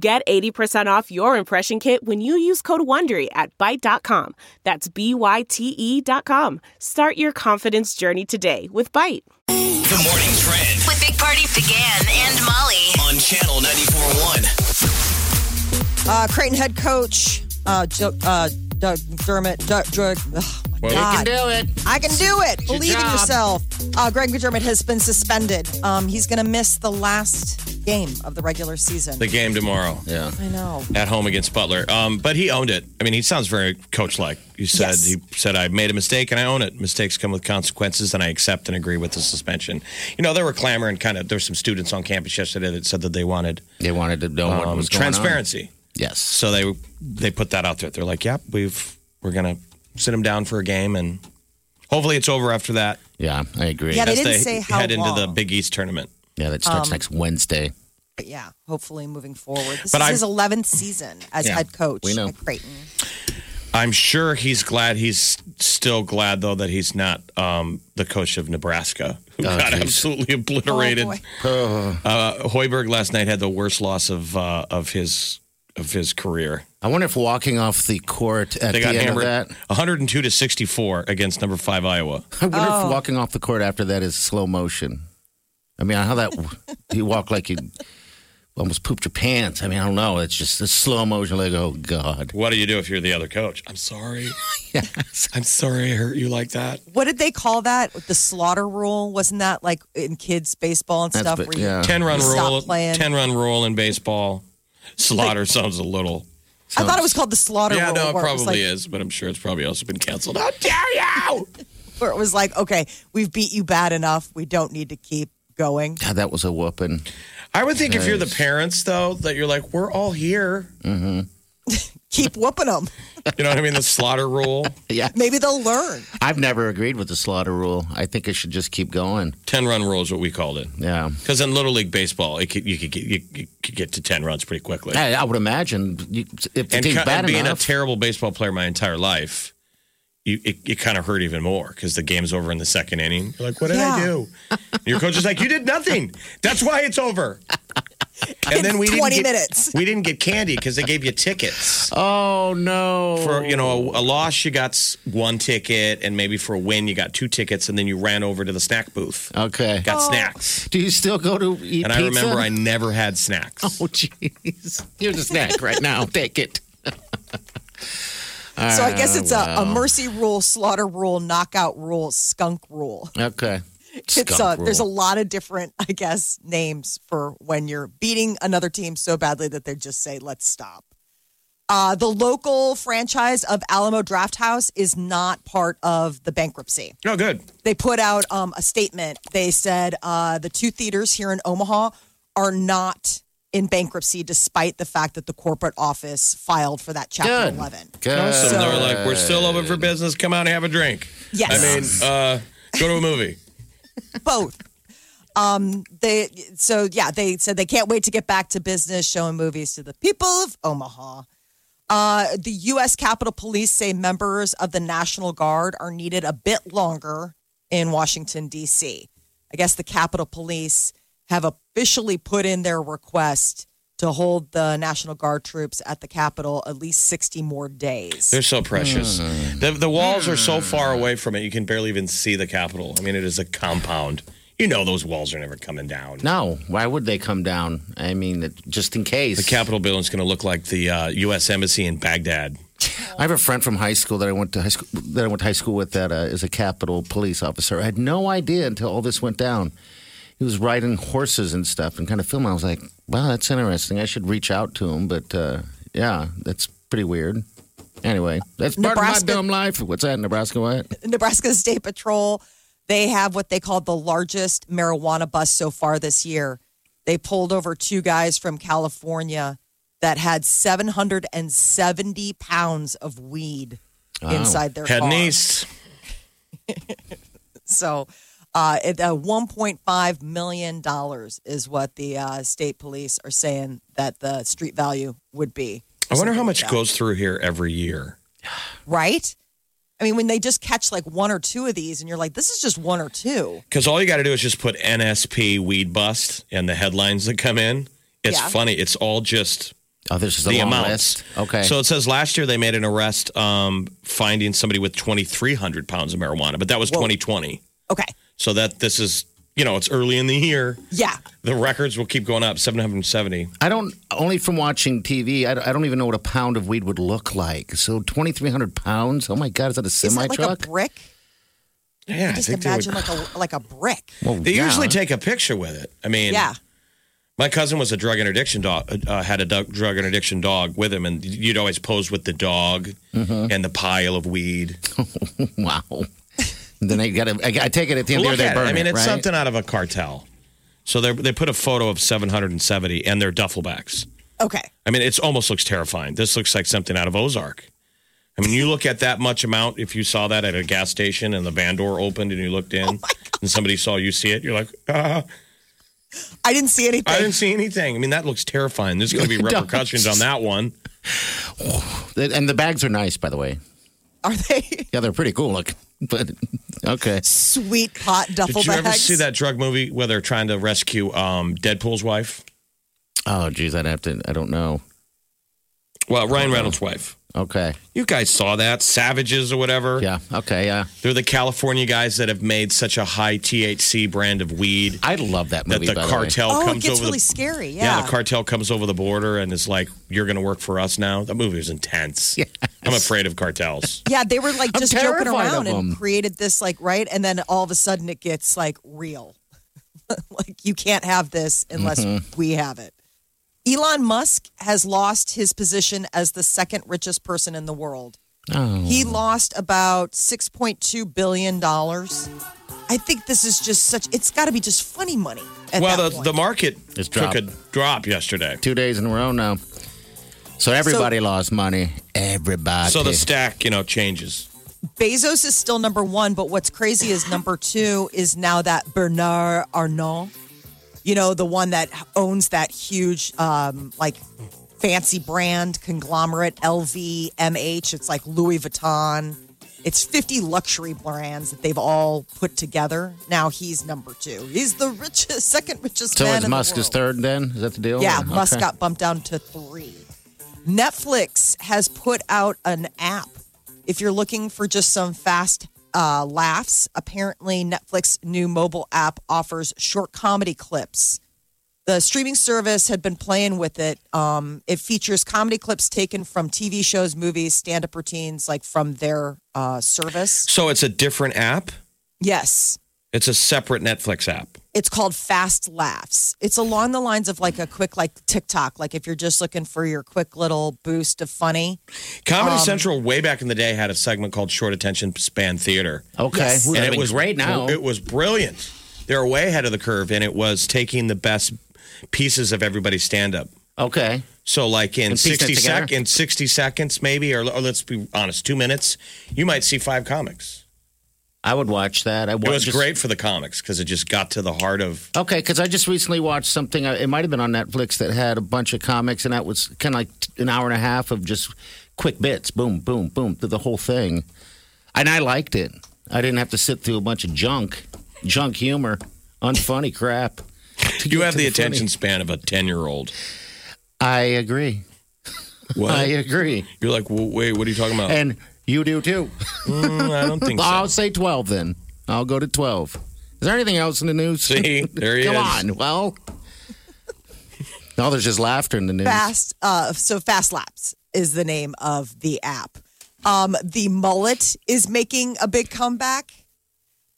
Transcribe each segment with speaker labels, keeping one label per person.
Speaker 1: Get 80% off your impression kit when you use code WONDERY at Byte.com. That's B-Y-T-E E dot com. Start your confidence journey today with Byte.
Speaker 2: The morning trend
Speaker 3: With Big Party began and Molly.
Speaker 2: on channel 94.1.
Speaker 4: Uh, Creighton head coach uh, Ju- uh, Doug McDermott. Doug, Doug, oh my God.
Speaker 5: do it.
Speaker 4: I can do it. Believe in
Speaker 5: job.
Speaker 4: yourself. Uh, Greg McDermott has been suspended. Um, he's going to miss the last game of the regular season.
Speaker 6: The game tomorrow. Yeah.
Speaker 4: I know.
Speaker 6: At home against Butler. Um, but he owned it. I mean, he sounds very coach like. He said
Speaker 4: Yes.
Speaker 6: he said I made a mistake and I own it. Mistakes come with consequences and I accept and agree with the suspension. You know, there were clamoring kind of there were some students on campus yesterday that said that they wanted
Speaker 5: They wanted to know what
Speaker 6: um,
Speaker 5: was going on.
Speaker 6: transparency.
Speaker 5: Yes.
Speaker 6: So they they put that out there. They're like, "Yep, we've we're going to sit him down for a game and hopefully it's over after that."
Speaker 5: yeah, I agree.
Speaker 4: Yeah, they
Speaker 6: as
Speaker 4: didn't
Speaker 6: they
Speaker 4: say how
Speaker 6: head into the
Speaker 4: long.
Speaker 6: Big East tournament.
Speaker 5: yeah, that starts next Wednesday.
Speaker 4: But yeah, hopefully moving forward. This
Speaker 6: But
Speaker 4: is
Speaker 6: I-
Speaker 4: his 11th season as
Speaker 6: Yeah,
Speaker 4: head coach
Speaker 5: we know.
Speaker 4: at Creighton.
Speaker 6: I'm sure he's glad. He's still glad though that he's not um, the coach of Nebraska, who
Speaker 5: Oh,
Speaker 6: got
Speaker 5: geez.
Speaker 6: absolutely
Speaker 4: Oh,
Speaker 6: obliterated.
Speaker 4: boy.
Speaker 6: uh, Hoiberg last night had the worst loss of uh, of his of his career.
Speaker 5: I wonder if walking off the court at
Speaker 6: They
Speaker 5: the
Speaker 6: got
Speaker 5: end
Speaker 6: hammered,
Speaker 5: of that.
Speaker 6: 102 to 64 against number five Iowa.
Speaker 5: I wonder if walking off the court after that is slow motion. I mean, how that you walk like you almost pooped your pants. I mean, I don't know. It's just it's slow motion. Like, oh god.
Speaker 6: What do you do if you're the other coach? I'm sorry. I'm sorry I hurt you like that.
Speaker 4: What did they call that? The slaughter rule? Wasn't that like in kids' baseball and
Speaker 5: That's
Speaker 4: stuff?
Speaker 5: bit-
Speaker 4: where you-
Speaker 5: yeah.
Speaker 6: Ten run
Speaker 4: Stop
Speaker 6: rule.
Speaker 4: playing.
Speaker 6: Ten run rule in baseball. Slaughter sounds a little.
Speaker 4: I thought it was called the slaughter
Speaker 6: Yeah,
Speaker 4: rule.
Speaker 6: no, it
Speaker 4: where
Speaker 6: probably
Speaker 4: was like,
Speaker 6: is, but I'm sure it's probably also been canceled. How dare you!
Speaker 4: Where it was like, okay, we've beat you bad enough. We don't need to keep going.
Speaker 5: God, that was a whooping.
Speaker 6: I would think if you're the
Speaker 5: Nice.
Speaker 6: parents, though, that you're like, we're all here.
Speaker 4: Keep whooping them.
Speaker 6: You know what I mean? The slaughter rule,
Speaker 5: Yeah,
Speaker 4: Maybe they'll learn.
Speaker 5: I've never agreed with the slaughter rule. I think it should just keep going.
Speaker 6: 10 run rule is what we called it.
Speaker 5: Yeah.
Speaker 6: Because in Little League Baseball, it could, you, could get, you, you could get to 10 runs pretty quickly.
Speaker 5: I, I would imagine you, if the
Speaker 6: And,
Speaker 5: team's
Speaker 6: co-
Speaker 5: bad
Speaker 6: and being
Speaker 5: enough.
Speaker 6: a terrible baseball player my entire life, you, it, it kind of hurt even more because the game's over in the second inning. You're like, what did I
Speaker 4: Yeah.
Speaker 6: do? And your coach is like, you did nothing. That's why it's over. And then we
Speaker 4: 20
Speaker 6: didn't get,
Speaker 4: minutes.
Speaker 6: We didn't get candy because they gave you tickets.
Speaker 5: oh no!
Speaker 6: for you know
Speaker 5: Oh.
Speaker 6: a, a loss you got s- one ticket and maybe for a win you got two tickets and then you ran over to the snack booth
Speaker 5: okay.
Speaker 6: got snacks
Speaker 5: Do Oh. you still go to eat
Speaker 6: and i
Speaker 5: pizza?
Speaker 6: remember i never had snacks
Speaker 5: Oh, jeez. Here's a snack right now. Take it.
Speaker 4: So I guess it's a, a mercy rule, slaughter rule, knockout rule, skunk rule.
Speaker 5: Okay.
Speaker 4: it's a, there's a lot of different, I guess, names for when you're beating another team so badly that they just say, "Let's stop." Uh, the local franchise of Alamo Draft House is not part of the bankruptcy
Speaker 6: oh good
Speaker 4: they put out um, a statement. They said uh, the two theaters here in Omaha are not in bankruptcy, despite the fact that the corporate office filed for that Chapter
Speaker 5: Good.
Speaker 4: 11.
Speaker 5: Good.
Speaker 6: so they're like we're still open for business come out and have a drink
Speaker 4: Yes,
Speaker 6: i mean uh go to a movie
Speaker 4: both. Um, they so yeah, they said they can't wait to get back to business, showing movies to the people of Omaha. Uh, the U.S. Capitol Police say members of the National Guard are needed a bit longer in Washington D.C. I guess the Capitol Police have officially put in their request to hold the National Guard troops at the Capitol at least sixty more days.
Speaker 6: they're so precious
Speaker 5: Hmm.
Speaker 6: the, the walls are so far away from it you can barely even see the capitol i mean it is a compound you know those walls are never coming down
Speaker 5: No. Why would they come down? I mean, it- just in case.
Speaker 6: the capitol building's going to look like the uh, u.s embassy in baghdad
Speaker 5: I have a friend from high school that I went to high school that I went to high school with that uh, is a Capitol police officer. I had no idea until all this went down. He was riding horses and stuff and kind of filming. I was like, wow, that's interesting. I should reach out to him, but uh, yeah, that's pretty weird. Anyway, that's part
Speaker 4: Nebraska-
Speaker 5: of my dumb life. What's that, Nebraska? What?
Speaker 4: Nebraska State Patrol, they have what they call the largest marijuana bus so far this year. They pulled over two guys from California that had 770 pounds of weed inside their
Speaker 6: Heading
Speaker 4: car.
Speaker 6: east.
Speaker 4: So, uh, it, uh, 1.5 million dollars is what the uh, state police are saying that the street value would be.
Speaker 6: I wonder how much goes through here every year.
Speaker 4: Right? I mean, when they just catch like one or two of these, and you're like, this is just one or two.
Speaker 6: Because all you got to do is just put NSP weed bust and the headlines that come in. It's
Speaker 4: Yeah.
Speaker 6: funny. It's all just
Speaker 5: Oh, this is
Speaker 6: the
Speaker 5: a long
Speaker 6: amounts.
Speaker 5: list. Okay.
Speaker 6: So it says last year they made an arrest um, finding somebody with 2,300 pounds of marijuana, but that was 2020.
Speaker 4: Okay.
Speaker 6: So that this is, you know, it's early in the year.
Speaker 4: Yeah.
Speaker 6: The records will keep going up 770.
Speaker 5: I don't only from watching TV. I, don't- I don't even know what a pound of weed would look like. So twenty three hundred pounds. Oh my God, is that a
Speaker 4: Is
Speaker 5: semi
Speaker 4: it like
Speaker 5: truck?
Speaker 4: a brick?
Speaker 6: Yeah, I
Speaker 4: Just
Speaker 6: think they,
Speaker 4: imagine
Speaker 6: would,
Speaker 4: like a like a brick.
Speaker 5: well,
Speaker 6: they
Speaker 5: yeah.
Speaker 6: usually take a picture with it. I mean,
Speaker 4: Yeah.
Speaker 6: My cousin was a drug interdiction dog, uh, had a dog, drug interdiction dog with him, and you'd always pose with the dog
Speaker 5: Mm-hmm.
Speaker 6: and the pile of weed.
Speaker 5: Wow. then I got to. I, I take it at the end
Speaker 6: Look
Speaker 5: of the year
Speaker 6: at
Speaker 5: they
Speaker 6: it.
Speaker 5: burn
Speaker 6: I mean,
Speaker 5: it,
Speaker 6: it's
Speaker 5: right?
Speaker 6: something out of a cartel. So they they put a photo of 770 and their duffel bags.
Speaker 4: Okay.
Speaker 6: I mean, it almost looks terrifying. This looks like something out of Ozark. I mean, you look at that much amount. If you saw that at a gas station and the van door opened and you looked
Speaker 5: Oh
Speaker 6: in and somebody saw you see it, you're like, ah,
Speaker 4: I didn't see anything.
Speaker 6: I didn't see anything. I mean, that looks terrifying. There's going to be repercussions on that one.
Speaker 5: And the bags are nice, by the way.
Speaker 4: Are they
Speaker 5: Yeah, they're pretty cool looking. But okay,
Speaker 4: sweet hot duffel
Speaker 6: Did you
Speaker 4: bags?
Speaker 6: ever see that drug movie where they're trying to rescue um, Deadpool's wife?
Speaker 5: oh geez, I'd have to. I don't know.
Speaker 6: Well, Ryan Reynolds' wife.
Speaker 5: Okay,
Speaker 6: You guys saw that Savages or whatever.
Speaker 5: yeah, okay, yeah.
Speaker 6: They're the California guys that have made such a high THC brand of weed
Speaker 5: I love that
Speaker 6: that
Speaker 5: movie.
Speaker 6: the
Speaker 5: by The way.
Speaker 6: cartel
Speaker 4: Oh, it
Speaker 6: comes
Speaker 4: gets
Speaker 6: over
Speaker 4: really
Speaker 6: the
Speaker 4: scary.
Speaker 6: yeah.
Speaker 4: Yeah.
Speaker 6: the cartel comes over the border and is like, "You're going to work for us now." That movie was intense. I'm afraid of cartels.
Speaker 4: Yeah, they were like
Speaker 5: I'm
Speaker 4: just joking
Speaker 5: terrified
Speaker 4: around
Speaker 5: of
Speaker 4: and
Speaker 5: them.
Speaker 4: created this like right, and then all of a sudden it gets like real. like you can't have this unless
Speaker 5: Mm-hmm.
Speaker 4: we have it. Elon Musk has lost his position as the second richest person in the world.
Speaker 5: Oh.
Speaker 4: He lost about six point two billion dollars. I think this is just such. It's got to be just funny money. At
Speaker 6: well,
Speaker 4: that
Speaker 6: the,
Speaker 4: point.
Speaker 6: the market
Speaker 5: It's
Speaker 6: took
Speaker 5: dropped.
Speaker 6: a drop yesterday.
Speaker 5: two days in a row now. So everybody lost money. Everybody.
Speaker 6: So the stack, you know, changes.
Speaker 4: Bezos is still number one, but what's crazy is number two is now that Bernard Arnault, you know, the one that owns that huge, um, like, fancy brand conglomerate LVMH. It's like Louis Vuitton. It's 50 luxury brands that they've all put together. Now he's number two. He's the richest, second richest
Speaker 5: so
Speaker 4: man.
Speaker 5: is
Speaker 4: in the
Speaker 5: Musk is
Speaker 4: world.
Speaker 5: third then? Is that the deal?
Speaker 4: Yeah,
Speaker 5: Oh, Okay.
Speaker 4: Musk got bumped down to three. Netflix has put out an app. If you're looking for just some fast uh, laughs, apparently Netflix new mobile app offers short comedy clips. The streaming service had been playing with it. Um, it features comedy clips taken from TV shows, movies, stand-up routines, like from their uh, service.
Speaker 6: So it's a different app.
Speaker 4: Yes,
Speaker 6: It's a separate Netflix app.
Speaker 4: it's called fast laughs it's along the lines of like a quick like tiktok like if you're just looking for your quick little boost of funny
Speaker 6: Comedy
Speaker 4: Um,
Speaker 6: Central, way back in the day, had a segment called Short Attention Span Theater.
Speaker 5: Okay.
Speaker 4: Yes.
Speaker 5: Ooh,
Speaker 6: and
Speaker 5: that'd
Speaker 6: it
Speaker 5: be
Speaker 6: was
Speaker 5: great now.
Speaker 6: It was brilliant. They were way ahead of the curve, and it was taking the best pieces of everybody's stand up.
Speaker 5: okay.
Speaker 6: So, like in
Speaker 5: And piece
Speaker 6: sixty
Speaker 5: that
Speaker 6: sec-
Speaker 5: together?
Speaker 6: in sixty seconds, maybe, or, or let's be honest, two minutes, you might see five comics.
Speaker 5: I would watch that. I
Speaker 6: It was
Speaker 5: just-
Speaker 6: great for the comics because it just got to the heart of.
Speaker 5: Okay, because I just recently watched something. uh, It might have been on Netflix that had a bunch of comics, and that was kind of like t- an hour and a half of just quick bits, boom, boom, boom, through the whole thing. And I liked it. I didn't have to sit through a bunch of junk, junk humor, unfunny crap. to
Speaker 6: You
Speaker 5: get
Speaker 6: have
Speaker 5: to
Speaker 6: the
Speaker 5: funny.
Speaker 6: attention span of a ten year old.
Speaker 5: I agree. I agree,
Speaker 6: You're like, "Well, wait, what are you talking about?
Speaker 5: and you do too.
Speaker 6: Mm, I don't think so.
Speaker 5: I'll say twelve then. I'll go to twelve. Is there anything else in the news?
Speaker 6: See, there he
Speaker 5: Come
Speaker 6: is.
Speaker 5: on. Well, no, there's just laughter in the news.
Speaker 4: fast uh so fast laps is the name of the app um the mullet is making a big comeback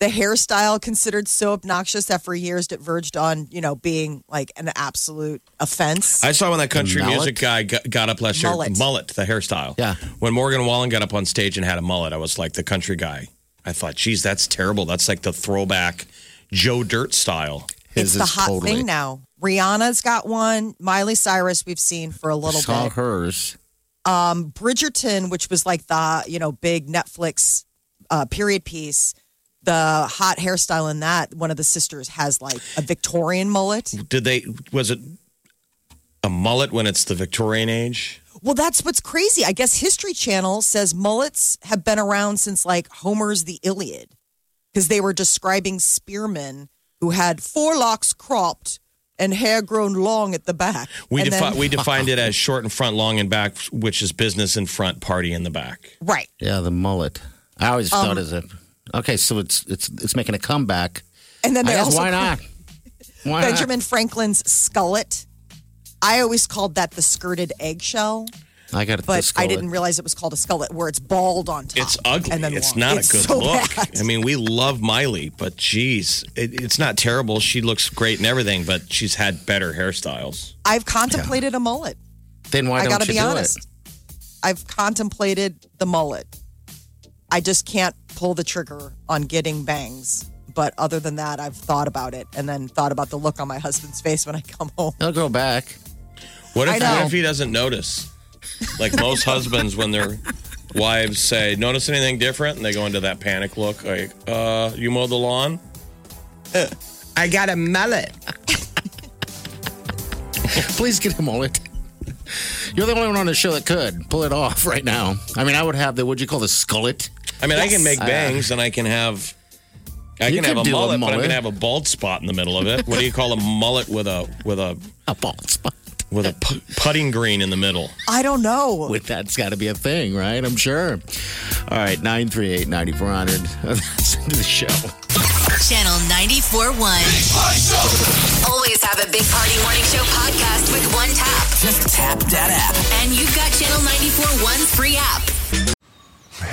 Speaker 4: the hairstyle considered so obnoxious that for years it verged on you know being like an absolute offense
Speaker 6: I saw when that country
Speaker 5: mullet?
Speaker 6: music guy got, got up last year.
Speaker 4: Mullet.
Speaker 6: mullet, the hairstyle.
Speaker 5: Yeah.
Speaker 6: When Morgan Wallen got up on stage and had a mullet, I was like the country guy. I thought, geez, that's terrible. That's like the throwback Joe Dirt style.
Speaker 5: His
Speaker 4: it's the
Speaker 5: is
Speaker 4: hot
Speaker 5: totally-
Speaker 4: thing now Rihanna's got one. Miley Cyrus, we've seen for a little
Speaker 5: Saw
Speaker 4: bit.
Speaker 5: hers.
Speaker 4: Um, Bridgerton, which was like the you know big Netflix uh, period piece. The hot hairstyle in that one of the sisters has like a Victorian mullet.
Speaker 6: Did they? Was it a mullet when it's the Victorian age?
Speaker 4: Well, that's what's crazy. I guess History Channel says mullets have been around since like Homer's The Iliad because they were describing spearmen who had forelocks cropped and hair grown long at the back.
Speaker 6: We
Speaker 4: And
Speaker 6: defi-
Speaker 4: then-
Speaker 6: we defined it as short in front, long in back, which is business in front, party in the back.
Speaker 4: right.
Speaker 5: Yeah, the mullet. I always
Speaker 4: Um,
Speaker 5: thought as a okay, so it's it's it's making a comeback.
Speaker 4: And then
Speaker 5: I
Speaker 4: they
Speaker 5: guess
Speaker 4: also
Speaker 5: why not? Why not?
Speaker 4: Benjamin Franklin's skullet. I always called that the skirted eggshell,
Speaker 5: I got
Speaker 4: but
Speaker 5: this
Speaker 4: I didn't realize it was called a skullet, where it's bald on top.
Speaker 6: It's ugly.
Speaker 4: And then
Speaker 6: it's
Speaker 4: long.
Speaker 6: not
Speaker 4: It's
Speaker 6: a good
Speaker 4: so
Speaker 6: look.
Speaker 4: bad.
Speaker 6: I mean, we love Miley, but geez, it, it's not terrible. She looks great and everything, but she's had better hairstyles.
Speaker 4: I've contemplated a mullet.
Speaker 5: Then why
Speaker 4: I
Speaker 5: don't
Speaker 4: gotta
Speaker 5: you
Speaker 4: be
Speaker 5: do
Speaker 4: honest.
Speaker 5: it?
Speaker 4: I've contemplated the mullet. I just can't pull the trigger on getting bangs. But other than that, I've thought about it and then thought about the look on my husband's face when I come home.
Speaker 5: They'll go back.
Speaker 6: What if,
Speaker 4: I know.
Speaker 6: what if he doesn't notice? Like most husbands, when their wives say, "Notice anything different?" and they go into that panic look, like, "Uh, you mowed the lawn."
Speaker 7: I got a mullet.
Speaker 5: Please get a mullet. You're the only one on the show that could pull it off right now. I mean, I would have the what would you call the skullet?
Speaker 6: I mean, I can make bangs and I can have. I
Speaker 5: Uh, You
Speaker 6: can have
Speaker 5: could
Speaker 6: a
Speaker 5: do a
Speaker 6: mullet, but I'm
Speaker 5: mullet.
Speaker 6: gonna have a bald spot in the middle of it. What do you call a mullet with a with a
Speaker 5: A bald spot.
Speaker 6: with a pu- putting green in the middle?
Speaker 4: I don't know.
Speaker 5: With that's got to be a thing, right? I'm sure. All right, nine three eight ninety four hundred. That's into the show.
Speaker 3: Channel 94.1. Always have a Big Party Morning Show podcast with one tap. Just tap that app. And you've got Channel 94.1's free app.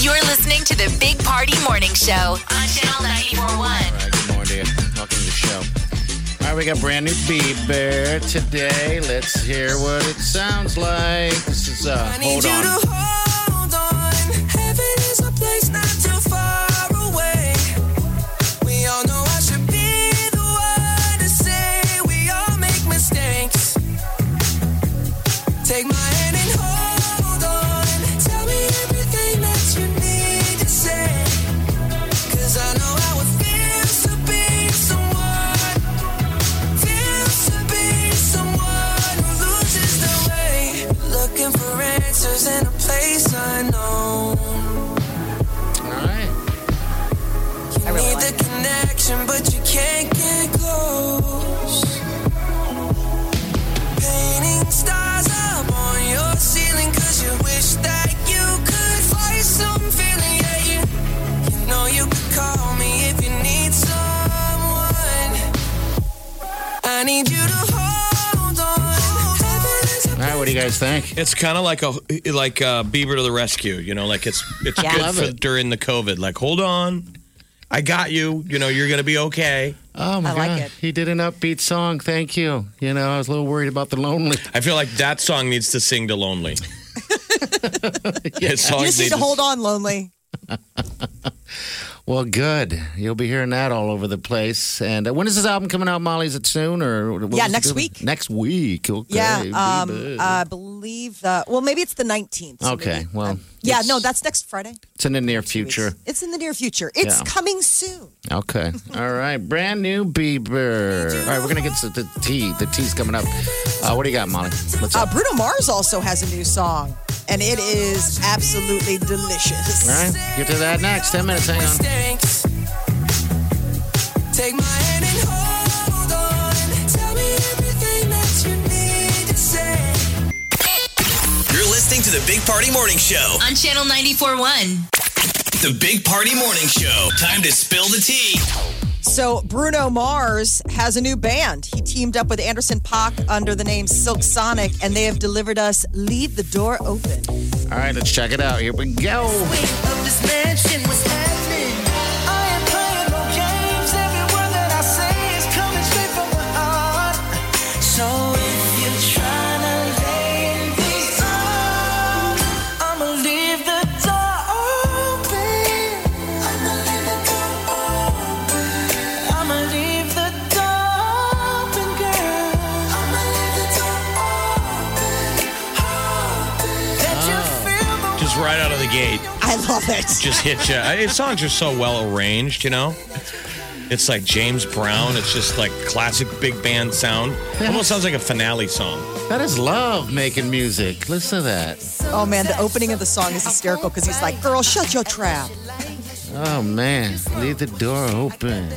Speaker 3: You're listening to the Big Party Morning Show on Channel 94.1.
Speaker 5: All right, good morning to you. Welcome to the show. All right, we got brand new Bieber today. Let's hear what it sounds like. This is uh, Hold On.
Speaker 8: Hold on, heaven is a place not too far away. We all know I should be the one to say we all make mistakes. Take my hand and hold on, tell me everything that you need to say. 'Cause I know how it feels to be someone, feels to be someone who loses the way. Looking for answers in a place unknown.
Speaker 5: All right.
Speaker 4: I really
Speaker 8: Need
Speaker 4: like
Speaker 8: the connection, but you can't get close. Painting stars up on your ceiling, cause you wish that you could fly some feeling. Yeah, you, you know you could call me if you need someone. I need you to hold on. Heaven is a
Speaker 5: All right, what do you guys think?
Speaker 6: It's kind of like a like uh, Bieber to the rescue, you know. Like it's it's
Speaker 9: Yeah.
Speaker 6: good
Speaker 9: Love
Speaker 6: for during the COVID. Like, hold on, I got you. You know, you're gonna be okay.
Speaker 5: Oh my
Speaker 4: I like
Speaker 5: God.
Speaker 4: it.
Speaker 5: He did an upbeat song. Thank you. You know, I was a little worried about the lonely.
Speaker 6: I feel like that song needs to sing to lonely. His
Speaker 4: You
Speaker 6: songs
Speaker 4: just need to hold on, lonely.
Speaker 5: Well, good. You'll be hearing that all over the place. And uh, when is this album coming out, Molly? Is it soon or? what
Speaker 4: Yeah,
Speaker 5: was it
Speaker 4: next
Speaker 5: doing?
Speaker 4: week.
Speaker 5: Next week. Okay.
Speaker 4: yeah,
Speaker 5: baby.
Speaker 4: um, I believe the. Well, maybe it's the nineteenth.
Speaker 5: okay. Well,
Speaker 4: Yeah, no, that's next Friday.
Speaker 5: it's in the near future.
Speaker 4: It's in the near future. It's
Speaker 5: Yeah.
Speaker 4: coming soon.
Speaker 5: Okay. All right. Brand new Bieber. All right. We're gonna get to the tea. The tea's coming up. Uh, what do you got, Molly? What's
Speaker 4: Uh,
Speaker 5: up?
Speaker 4: Bruno Mars also has a new song, and it is absolutely delicious.
Speaker 5: All right. Get to that next. Ten minutes. Hang on.
Speaker 8: Stinks. Take my hand and hold on. Tell me everything that you need to say.
Speaker 2: You're listening to the Big Party Morning Show.
Speaker 3: On Channel 94.1.
Speaker 2: The Big Party Morning Show. Time to spill the tea.
Speaker 4: So Bruno Mars has a new band. He teamed up with Anderson Pock under the name Silk Sonic, and they have delivered us "Leave the Door Open."
Speaker 5: All right. Let's check it out. Here we go.
Speaker 8: I ain't playing no games. Every word that I say is coming straight from my heart. So if you're trying to lay these on, I'ma leave the door open. I'ma leave the door open. I'ma leave the door open, girl. I'ma leave the door open. That you
Speaker 5: Ah.
Speaker 8: feel the
Speaker 6: Just right out of the gate,
Speaker 4: I love it.
Speaker 6: just hit you. His songs are so well arranged, you know? It's like James Brown. It's just like classic big band sound. Almost sounds like a finale song.
Speaker 4: Uh,
Speaker 5: That is love making music. Listen to that.
Speaker 4: Oh man, the opening of the song is hysterical because he's like, "Girl, shut your trap."
Speaker 5: Oh man, leave the door open.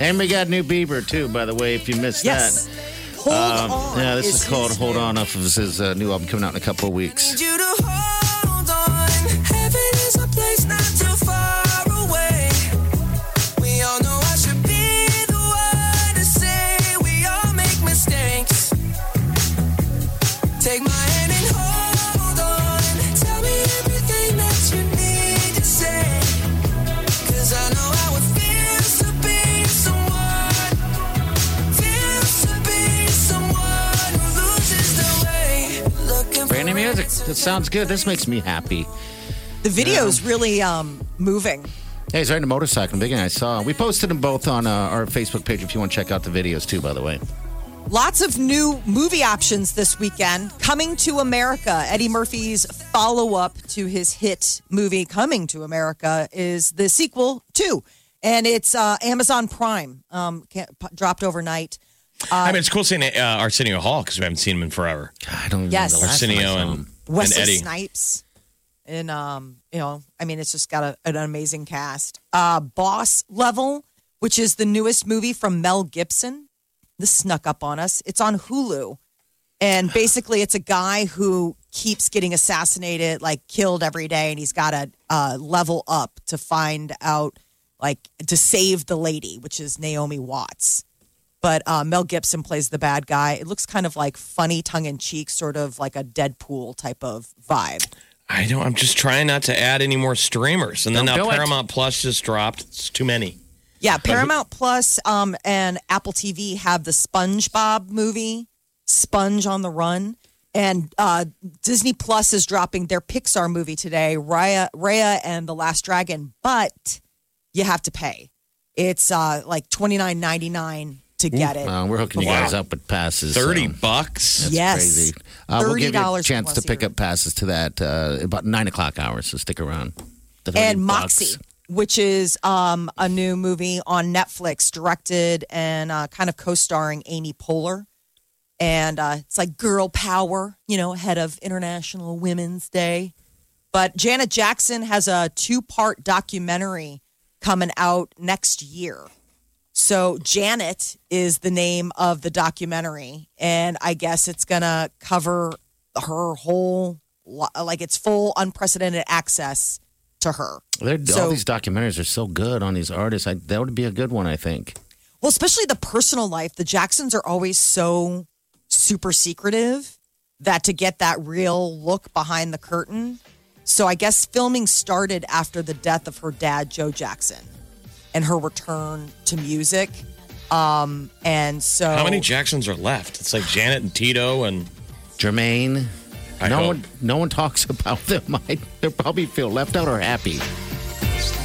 Speaker 5: And we got new Bieber too, by the way. If you missed
Speaker 4: Yes.
Speaker 5: that,
Speaker 4: Hold
Speaker 5: Um,
Speaker 4: on.
Speaker 5: yeah, this is,
Speaker 4: his
Speaker 5: called "Hold
Speaker 4: name.
Speaker 5: On" off of his uh, new album coming out in a couple of weeks.
Speaker 8: need you to hold on. Heaven is a place not too far away. We all know I should be the one to say we all make mistakes. Take my hand and hold on. Tell me everything that you need to say. Cause I know how it feels to be someone. Feels to be someone who loses the way. Looking for
Speaker 5: Brand new music. That sounds good. This makes me happy.
Speaker 4: The video is really um, moving.
Speaker 5: Hey, he's riding a motorcycle. Big and I saw. We posted them both on uh, our Facebook page. If you want to check out the videos too, by the way.
Speaker 4: Lots of new movie options this weekend. Coming to America, Eddie Murphy's follow up to his hit movie Coming to America is the sequel too, and it's uh, Amazon Prime. Um, can't, p- dropped overnight.
Speaker 6: I mean, it's cool seeing uh, Arsenio Hall because we haven't seen him in forever.
Speaker 5: I don't. Even
Speaker 4: Yes.
Speaker 5: know the last time I
Speaker 6: Arsenio
Speaker 5: saw
Speaker 6: and,
Speaker 5: him.
Speaker 6: and
Speaker 4: Wesley
Speaker 6: Eddie.
Speaker 4: Snipes. And um, you know, I mean, it's just got a, an amazing cast. Uh, Boss Level, which is the newest movie from Mel Gibson, this snuck up on us. It's on Hulu, and basically, it's a guy who keeps getting assassinated, like killed every day, and he's got to uh, level up to find out, like, to save the lady, which is Naomi Watts but uh, Mel Gibson plays the bad guy. It looks kind of like funny, tongue in cheek, sort of like a Deadpool type of vibe.
Speaker 6: I don't. I'm just trying not to add any more streamers. And then
Speaker 5: Don't
Speaker 6: now
Speaker 5: do it.
Speaker 6: Paramount Plus just dropped. It's too many.
Speaker 4: Yeah, Paramount Plus um, and Apple TV have the SpongeBob movie, Sponge on the Run, and uh, Disney Plus is dropping their Pixar movie today, Raya, Raya and the Last Dragon. But you have to pay. It's uh, like twenty nine ninety nine to get it.
Speaker 5: Uh, we're hooking you
Speaker 6: Wow.
Speaker 5: guys up with passes.
Speaker 6: Thirty
Speaker 5: so
Speaker 6: bucks.
Speaker 4: yes,
Speaker 5: Crazy. Uh, we'll give you a
Speaker 4: $30
Speaker 5: chance to
Speaker 4: plus
Speaker 5: pick
Speaker 4: here.
Speaker 5: up passes to that uh, about nine o'clock hour. So stick around. The
Speaker 4: and
Speaker 5: 30 bucks.
Speaker 4: Moxie, which is um, a new movie on Netflix, directed and uh, kind of co-starring Amy Poehler. And uh, it's like girl power, you know, ahead of International Women's Day. But Janet Jackson has a two-part documentary coming out next year. So Janet is the name of the documentary, and I guess it's gonna cover her whole li- like its full unprecedented access to her.
Speaker 5: They're, all
Speaker 4: So-
Speaker 5: these documentaries are so good on these artists. I, that would be a good one, I think.
Speaker 4: Well, especially the personal life. The Jacksons are always so super secretive that to get that real look behind the curtain. So I guess filming started after the death of her dad, Joe Jackson, and her return to music. Um, and so
Speaker 6: How many Jacksons are left? It's like Janet and Tito and
Speaker 5: Jermaine.
Speaker 6: I
Speaker 5: no
Speaker 6: hope.
Speaker 5: one, no one talks about them. I, they probably feel left out or happy.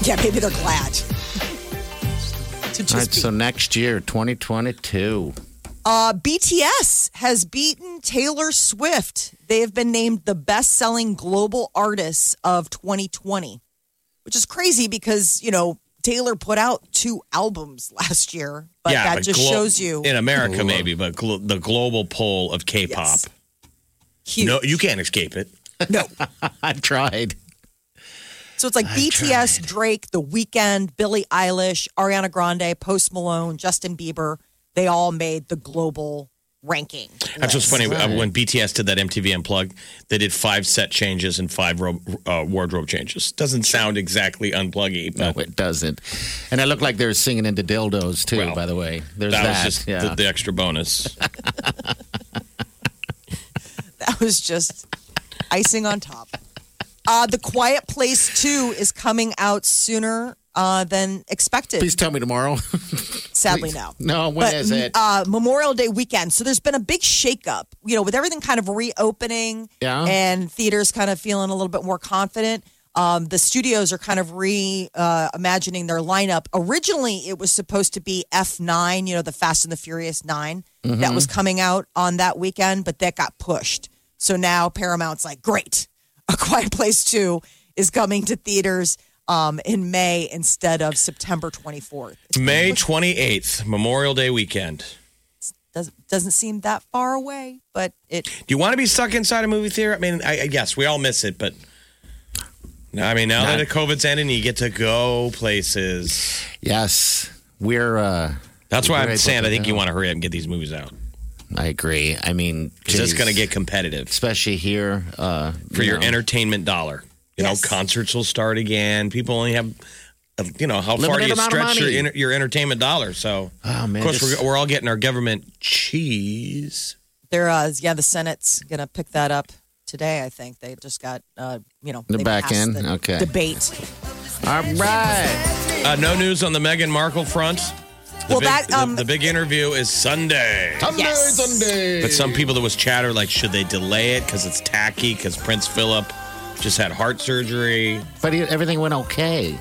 Speaker 4: Yeah, maybe they're glad. to
Speaker 5: All right,
Speaker 4: just
Speaker 5: so
Speaker 4: be.
Speaker 5: next year, 2022.
Speaker 4: Uh, BTS has beaten Taylor Swift. They have been named the best selling global artists of 2020, which is crazy because, you know, Taylor put out two albums last year, but that
Speaker 6: but
Speaker 4: just
Speaker 6: glo-
Speaker 4: shows you
Speaker 6: in America maybe, but glo- the global pull of K-pop.
Speaker 4: Yes. huge.
Speaker 6: No, you can't escape it.
Speaker 4: No.
Speaker 5: I've tried.
Speaker 4: So it's like BTS, Drake, The Weeknd, Billie Eilish, Ariana Grande, Post Malone, Justin Bieber. They all made the global ranking.
Speaker 6: That's
Speaker 4: list.
Speaker 6: what's funny. uh, When BTS did that MTV Unplugged, they did five set changes and five ro- uh, wardrobe changes. Doesn't sound exactly unpluggy,
Speaker 5: No,
Speaker 6: but
Speaker 5: it doesn't. And I look like they're singing into dildos, too,
Speaker 6: Well,
Speaker 5: by the way. There's
Speaker 6: that
Speaker 5: that.
Speaker 6: was just
Speaker 5: yeah.
Speaker 6: the, the extra bonus.
Speaker 4: That was just icing on top. Uh, the Quiet Place 2 is coming out sooner uh, than expected.
Speaker 5: Please tell me tomorrow.
Speaker 4: Sadly,
Speaker 5: please.
Speaker 4: no.
Speaker 5: No, when
Speaker 4: but,
Speaker 5: is it?
Speaker 4: Uh, Memorial Day weekend. So there's been a big shakeup, you know, with everything kind of reopening
Speaker 5: Yeah.
Speaker 4: and theaters kind of feeling a little bit more confident. Um, the studios are kind of reimagining uh, imagining their lineup. Originally, it was supposed to be F9, you know, the Fast and the Furious 9
Speaker 5: Mm-hmm.
Speaker 4: that was coming out on that weekend, but that got pushed. So now Paramount's like, great, A Quiet Place 2 is coming to theaters um, in May instead of September 24th. It's
Speaker 6: May 28th, Memorial Day weekend.
Speaker 4: doesn't doesn't seem that far away, but it
Speaker 6: Do you want to be stuck inside a movie theater? I mean, I, I yes, we all miss it, but I mean, now that the COVID's ending, you get to go places.
Speaker 5: yes. We're, uh,
Speaker 6: That's why
Speaker 5: We're
Speaker 6: I'm
Speaker 5: able
Speaker 6: saying
Speaker 5: to
Speaker 6: I think you
Speaker 5: go.
Speaker 6: want to hurry up and get these movies out
Speaker 5: I agree. I mean,
Speaker 6: because it's
Speaker 5: geez,
Speaker 6: going to get competitive
Speaker 5: especially here. Uh,
Speaker 6: for
Speaker 5: you
Speaker 6: your
Speaker 5: know,
Speaker 6: entertainment dollar. You
Speaker 4: Yes.
Speaker 6: know, concerts will start again. People only have, uh, you know, how far do
Speaker 5: Limited
Speaker 6: you
Speaker 5: amount of
Speaker 6: stretch your
Speaker 5: money.
Speaker 6: en- your entertainment dollar? So,
Speaker 5: Oh, man,
Speaker 6: of course,
Speaker 5: just-
Speaker 6: we're, we're all getting our government cheese.
Speaker 4: there uh yeah the Senate's gonna pick that up today. I think they just got uh you know
Speaker 5: The
Speaker 4: they
Speaker 5: back
Speaker 4: passed
Speaker 5: end?
Speaker 4: the
Speaker 5: Okay.
Speaker 4: debate.
Speaker 5: All right.
Speaker 6: Uh, no news on the Meghan Markle front. The
Speaker 4: Well,
Speaker 6: big-
Speaker 4: that,
Speaker 6: the-
Speaker 4: um,
Speaker 6: the big interview is Sunday.
Speaker 4: Yes.
Speaker 6: But some people that was chatter like, should they delay it because it's tacky? Because Prince Philip just had heart surgery.
Speaker 5: But it- everything went okay.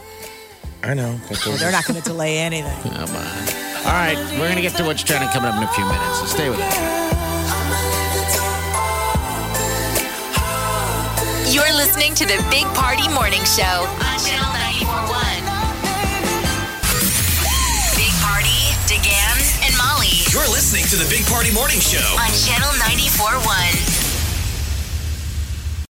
Speaker 6: I know.
Speaker 4: They're not gonna delay anything.
Speaker 5: Come on. Oh, All right. We're going to get to what's trending coming up in a few minutes. So stay with us.
Speaker 3: You're listening to the Big Party Morning Show on Channel 941. Big Party, DeGan, and Molly
Speaker 2: You're listening to the Big Party Morning Show.
Speaker 3: on Channel 941.